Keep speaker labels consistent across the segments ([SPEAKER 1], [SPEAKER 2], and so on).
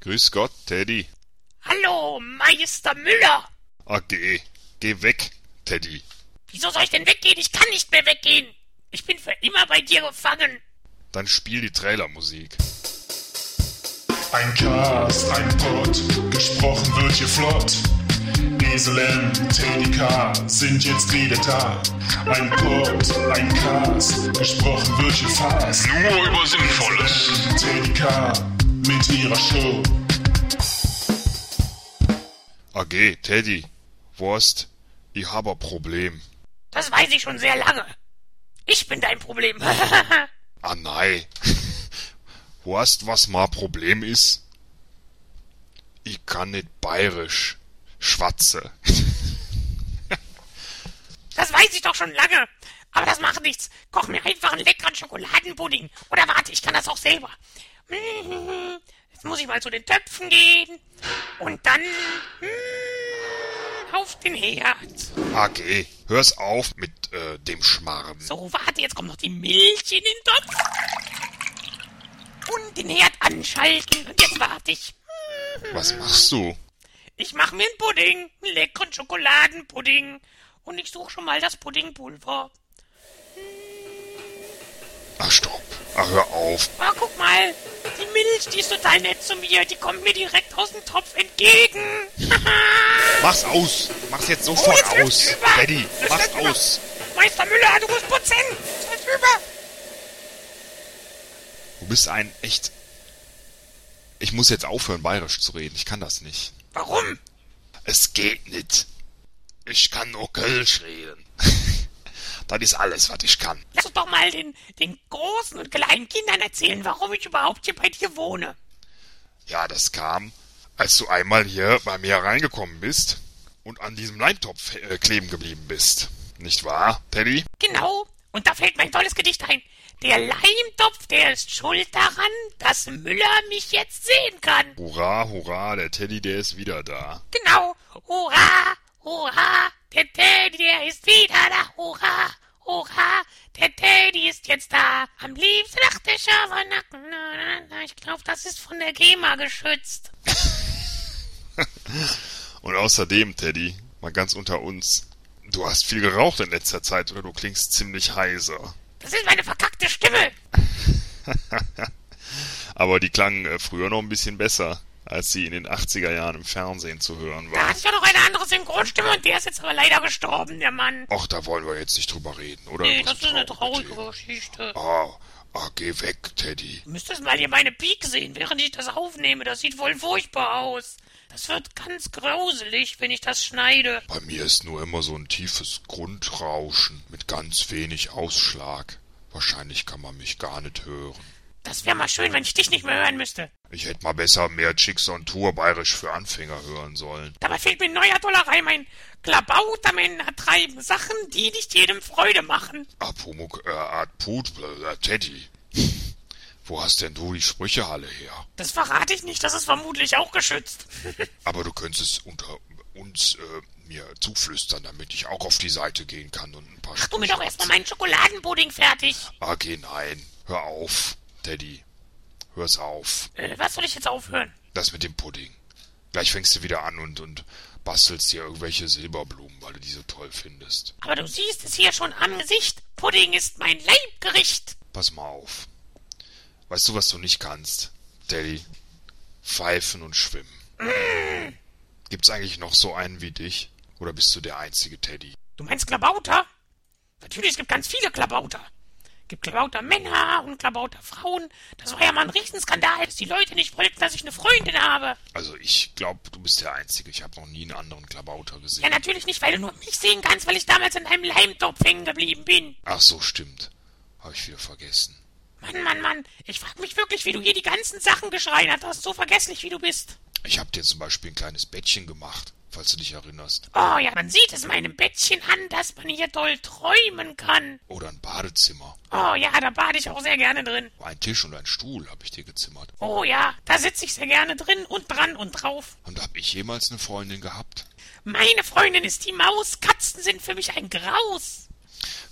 [SPEAKER 1] Grüß Gott, Teddy.
[SPEAKER 2] Hallo, Meister Müller!
[SPEAKER 1] Ah, geh. Geh weg, Teddy.
[SPEAKER 2] Wieso soll ich denn weggehen? Ich kann nicht mehr weggehen! Ich bin für immer bei dir gefangen!
[SPEAKER 1] Dann spiel die Trailermusik.
[SPEAKER 3] Ein Cast, ein Pod, gesprochen wird hier flott. Esel M, Teddy K sind jetzt wieder da. Ein Pod, ein Cast, gesprochen wird hier fast.
[SPEAKER 4] Nur über Sinnvolles.
[SPEAKER 3] Teddy K mit ihrer Show.
[SPEAKER 1] Ah, geh, Teddy. Wurst, ich hab ein Problem.
[SPEAKER 2] Das weiß ich schon sehr lange. Ich bin dein Problem.
[SPEAKER 1] Ah, nein. Wurst, was ma Problem ist? Ich kann nicht bayerisch. Schwatze.
[SPEAKER 2] das weiß ich doch schon lange. Aber das macht nichts. Koch mir einfach einen leckeren Schokoladenpudding. Oder warte, ich kann das auch selber. Mm, Jetzt muss ich mal zu den Töpfen gehen. Und dann mm, auf den Herd.
[SPEAKER 1] Ah, geh. Hör's auf mit äh, dem Schmarrn.
[SPEAKER 2] So, warte, jetzt kommt noch die Milch in den Topf. Und den Herd anschalten. Und jetzt warte ich.
[SPEAKER 1] Was machst du?
[SPEAKER 2] Ich mache mir einen Pudding, einen leckeren Schokoladenpudding. Und ich suche schon mal das Puddingpulver.
[SPEAKER 1] Ah, stopp. Ah, hör auf.
[SPEAKER 2] Ah, guck mal. Die Milch, die ist total nett zu mir. Die kommt mir direkt aus dem Topf entgegen.
[SPEAKER 1] Mach's aus. Mach's jetzt sofort
[SPEAKER 2] Oh, jetzt läuft's
[SPEAKER 1] aus.
[SPEAKER 2] über.
[SPEAKER 1] Teddy,
[SPEAKER 2] Das
[SPEAKER 1] mach's
[SPEAKER 2] läuft über.
[SPEAKER 1] aus.
[SPEAKER 2] Meister Müller, du musst putzen. Es läuft über.
[SPEAKER 1] Du bist ein echt... Ich muss jetzt aufhören, bayerisch zu reden. Ich kann das nicht.
[SPEAKER 2] Warum?
[SPEAKER 1] Es geht nicht. Ich kann nur Kölsch reden. das ist alles, was ich kann.
[SPEAKER 2] Lass uns doch mal den, den großen und kleinen Kindern erzählen, warum ich überhaupt hier bei dir wohne.
[SPEAKER 1] Ja, das kam, als du einmal hier bei mir reingekommen bist und an diesem Leintopf äh, kleben geblieben bist. Nicht wahr, Teddy?
[SPEAKER 2] Genau. Und da fällt mein tolles Gedicht ein. Der Leimtopf, der ist schuld daran, dass Müller mich jetzt sehen kann.
[SPEAKER 1] Hurra, hurra, der Teddy, der ist wieder da.
[SPEAKER 2] Genau. Hurra, hurra, der Teddy, der ist wieder da. Hurra, hurra, der Teddy ist jetzt da. Am liebsten lacht der Schabernacken. Na, na, na, Ich glaube, das ist von der GEMA geschützt.
[SPEAKER 1] Und außerdem, Teddy, mal ganz unter uns, du hast viel geraucht in letzter Zeit oder du klingst ziemlich heiser.
[SPEAKER 2] Das ist meine verkackte Stimme.
[SPEAKER 1] Aber die klangen äh, früher noch ein bisschen besser, als sie in den 80er Jahren im Fernsehen zu hören
[SPEAKER 2] Da
[SPEAKER 1] war.
[SPEAKER 2] hatte ich ja noch eine andere Synchronstimme und der ist jetzt aber leider gestorben, der Mann.
[SPEAKER 1] Ach, da wollen wir jetzt nicht drüber reden, oder?
[SPEAKER 2] Nee,
[SPEAKER 1] Oh, Das
[SPEAKER 2] das
[SPEAKER 1] ist
[SPEAKER 2] ist eine
[SPEAKER 1] traurig,
[SPEAKER 2] traurige Geschichte.
[SPEAKER 1] Ah, ah, geh weg, Teddy.
[SPEAKER 2] Du müsstest mal hier meine Peak sehen, während ich das aufnehme. Das sieht voll furchtbar aus. Das wird ganz grauselig, wenn ich das schneide.
[SPEAKER 1] Bei mir ist nur immer so ein tiefes Grundrauschen mit ganz wenig Ausschlag. Wahrscheinlich kann man mich gar nicht hören.
[SPEAKER 2] Das wäre mal schön, wenn ich dich nicht mehr hören müsste.
[SPEAKER 1] Ich hätte mal besser mehr Chicks on Tour bayerisch für Anfänger hören sollen.
[SPEAKER 2] Dabei fehlt mir ein neuer Dollar rein, mein Klabauter, mein Ertreiben. Sachen, die nicht jedem Freude machen.
[SPEAKER 1] Apumuk, äh, Art Put, äh, Teddy. Wo hast denn du die Sprüchehalle her?
[SPEAKER 2] Das verrate ich nicht, das ist vermutlich auch geschützt.
[SPEAKER 1] Aber du könntest es unter uns äh, mir zuflüstern, damit ich auch auf die Seite gehen kann und ein paar
[SPEAKER 2] Tu mir doch
[SPEAKER 1] Sprüche
[SPEAKER 2] erstmal meinen Schokoladenpudding fertig.
[SPEAKER 1] Ah, geh nein. Hör auf, Teddy. Hör's auf.
[SPEAKER 2] Äh, was soll ich jetzt aufhören?
[SPEAKER 1] Das mit dem Pudding. Gleich fängst du wieder an und, und bastelst dir irgendwelche Silberblumen, weil du die so toll findest.
[SPEAKER 2] Aber du siehst es hier schon am Gesicht. Pudding ist mein Leibgericht.
[SPEAKER 1] Pass mal auf. Weißt du, was du nicht kannst, Daddy? Pfeifen und schwimmen. Gibt's eigentlich noch so einen wie dich? Oder bist du der einzige Teddy?
[SPEAKER 2] Du meinst Klabauter? Natürlich, es gibt ganz viele Klabauter. Es gibt Klabauter-Männer und Klabauter-Frauen. Das war ja mal ein Riesenskandal, dass die Leute nicht wollten, dass ich eine Freundin habe.
[SPEAKER 1] Also ich glaube, du bist der einzige. Ich habe noch nie einen anderen Klabauter
[SPEAKER 2] Ja,
[SPEAKER 1] gesehen.
[SPEAKER 2] natürlich nicht, weil du nur mich sehen kannst, weil ich damals in einem Leimtopf hängen geblieben bin.
[SPEAKER 1] Ach so, stimmt. Habe ich wieder vergessen.
[SPEAKER 2] Mann, Mann, Mann. Ich frag mich wirklich, wie du hier die ganzen Sachen geschreinert hast, so vergesslich wie du bist.
[SPEAKER 1] Ich habe dir zum Beispiel ein kleines Bettchen gemacht, falls du dich erinnerst.
[SPEAKER 2] Oh ja, man sieht es meinem Bettchen an, dass man hier toll träumen kann.
[SPEAKER 1] Oder ein Badezimmer.
[SPEAKER 2] Oh ja, da bade ich auch sehr gerne drin.
[SPEAKER 1] Ein Tisch und ein Stuhl habe ich dir gezimmert.
[SPEAKER 2] Oh ja, da sitze ich sehr gerne drin und dran und drauf.
[SPEAKER 1] Und hab ich jemals eine Freundin gehabt?
[SPEAKER 2] Meine Freundin ist die Maus. Katzen sind für mich ein Graus.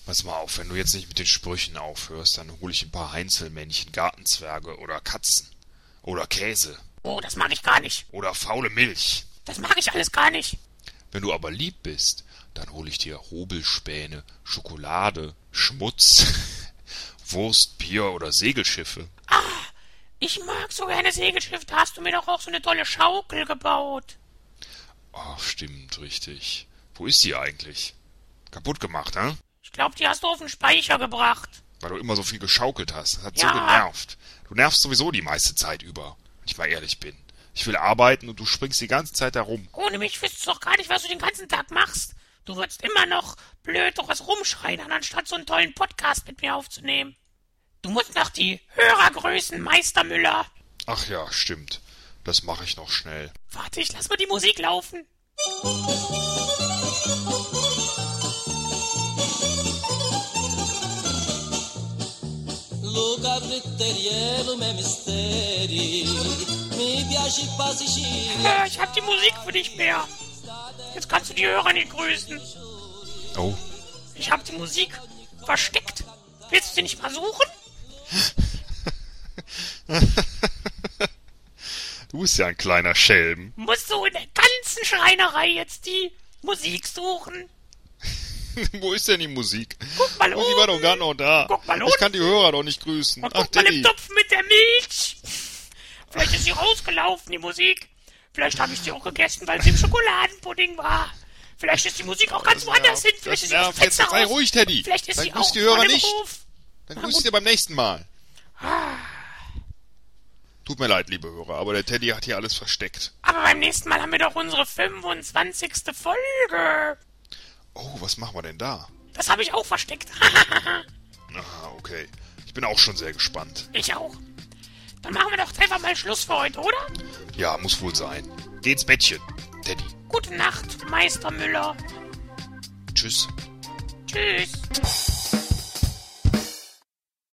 [SPEAKER 1] Pass mal auf, wenn du jetzt nicht mit den Sprüchen aufhörst, dann hole ich ein paar Heinzelmännchen, Gartenzwerge oder Katzen. Oder Käse.
[SPEAKER 2] Oh, das mag ich gar nicht.
[SPEAKER 5] Oder faule Milch.
[SPEAKER 2] Das mag ich alles gar nicht.
[SPEAKER 5] Wenn du aber lieb bist, dann hole ich dir Hobelspäne, Schokolade, Schmutz, Wurst, Bier oder Segelschiffe.
[SPEAKER 2] Ich mag so gerne Segelschiff. Da hast du mir doch auch so eine tolle Schaukel gebaut.
[SPEAKER 5] Ach, stimmt, richtig. Wo ist die eigentlich? Kaputt gemacht, hä?
[SPEAKER 2] Ich glaube, die hast du auf den Speicher gebracht.
[SPEAKER 5] Weil du immer so viel geschaukelt hast. Das hat
[SPEAKER 2] Ja.
[SPEAKER 5] so genervt. Du nervst sowieso die meiste Zeit über. Wenn ich mal ehrlich bin. Ich will arbeiten und du springst die ganze Zeit herum.
[SPEAKER 2] Ohne mich wüsstest du doch gar nicht, was du den ganzen Tag machst. Du würdest immer noch blöd doch was rumschreien, anstatt so einen tollen Podcast mit mir aufzunehmen. Du musst noch die Hörer grüßen, Meister Müller.
[SPEAKER 5] Ach ja, stimmt. Das mache ich noch schnell.
[SPEAKER 2] Warte, ich lass mal die Musik laufen.
[SPEAKER 4] Luca Briteriello me misteri Mi piaci passi sciri
[SPEAKER 2] Äh, ich hab die Musik für dich mehr. Jetzt kannst du die Hörer nicht grüßen.
[SPEAKER 5] Oh,
[SPEAKER 2] Ich hab die Musik versteckt. Willst du sie nicht mal suchen?
[SPEAKER 5] du bist ja ein kleiner Schelm.
[SPEAKER 2] Musst du in der ganzen Schreinerei jetzt die Musik suchen?
[SPEAKER 5] Wo ist denn die Musik?
[SPEAKER 2] Guck mal
[SPEAKER 5] Die war doch
[SPEAKER 2] oben.
[SPEAKER 5] gar noch da.
[SPEAKER 2] Guck mal
[SPEAKER 5] ich kann die Hörer doch nicht grüßen.
[SPEAKER 2] Und
[SPEAKER 5] Ach,
[SPEAKER 2] guck mal im
[SPEAKER 5] Diddy.
[SPEAKER 2] Topf mit der Milch. Vielleicht ist sie rausgelaufen, die Musik. Vielleicht habe ich sie auch gegessen, weil sie im Schokoladenpudding war. Vielleicht ist die Musik auch ganz woanders hin.
[SPEAKER 5] das
[SPEAKER 2] Vielleicht ist sie aus dem
[SPEAKER 5] nervt. Jetzt
[SPEAKER 2] Fenster
[SPEAKER 5] sei
[SPEAKER 2] raus.
[SPEAKER 5] ruhig, Teddy.
[SPEAKER 2] Vielleicht ist
[SPEAKER 5] Dann
[SPEAKER 2] sie
[SPEAKER 5] grüßt
[SPEAKER 2] auch
[SPEAKER 5] die Hörer
[SPEAKER 2] von dem
[SPEAKER 5] nicht.
[SPEAKER 2] Hof.
[SPEAKER 5] Dann grüßt ihr beim nächsten Mal. Tut mir leid, liebe Hörer, aber der Teddy hat hier alles versteckt.
[SPEAKER 2] Aber beim nächsten Mal haben wir doch unsere 25. Folge.
[SPEAKER 5] Oh, was machen wir denn da?
[SPEAKER 2] Das habe ich auch versteckt.
[SPEAKER 5] Ah, okay. Ich bin auch schon sehr gespannt.
[SPEAKER 2] ich auch. Dann machen wir doch einfach mal Schluss für heute, oder?
[SPEAKER 5] Ja, muss wohl sein. Geh ins Bettchen, Teddy.
[SPEAKER 2] Gute Nacht, Meister Müller.
[SPEAKER 5] Tschüss.
[SPEAKER 2] Tschüss.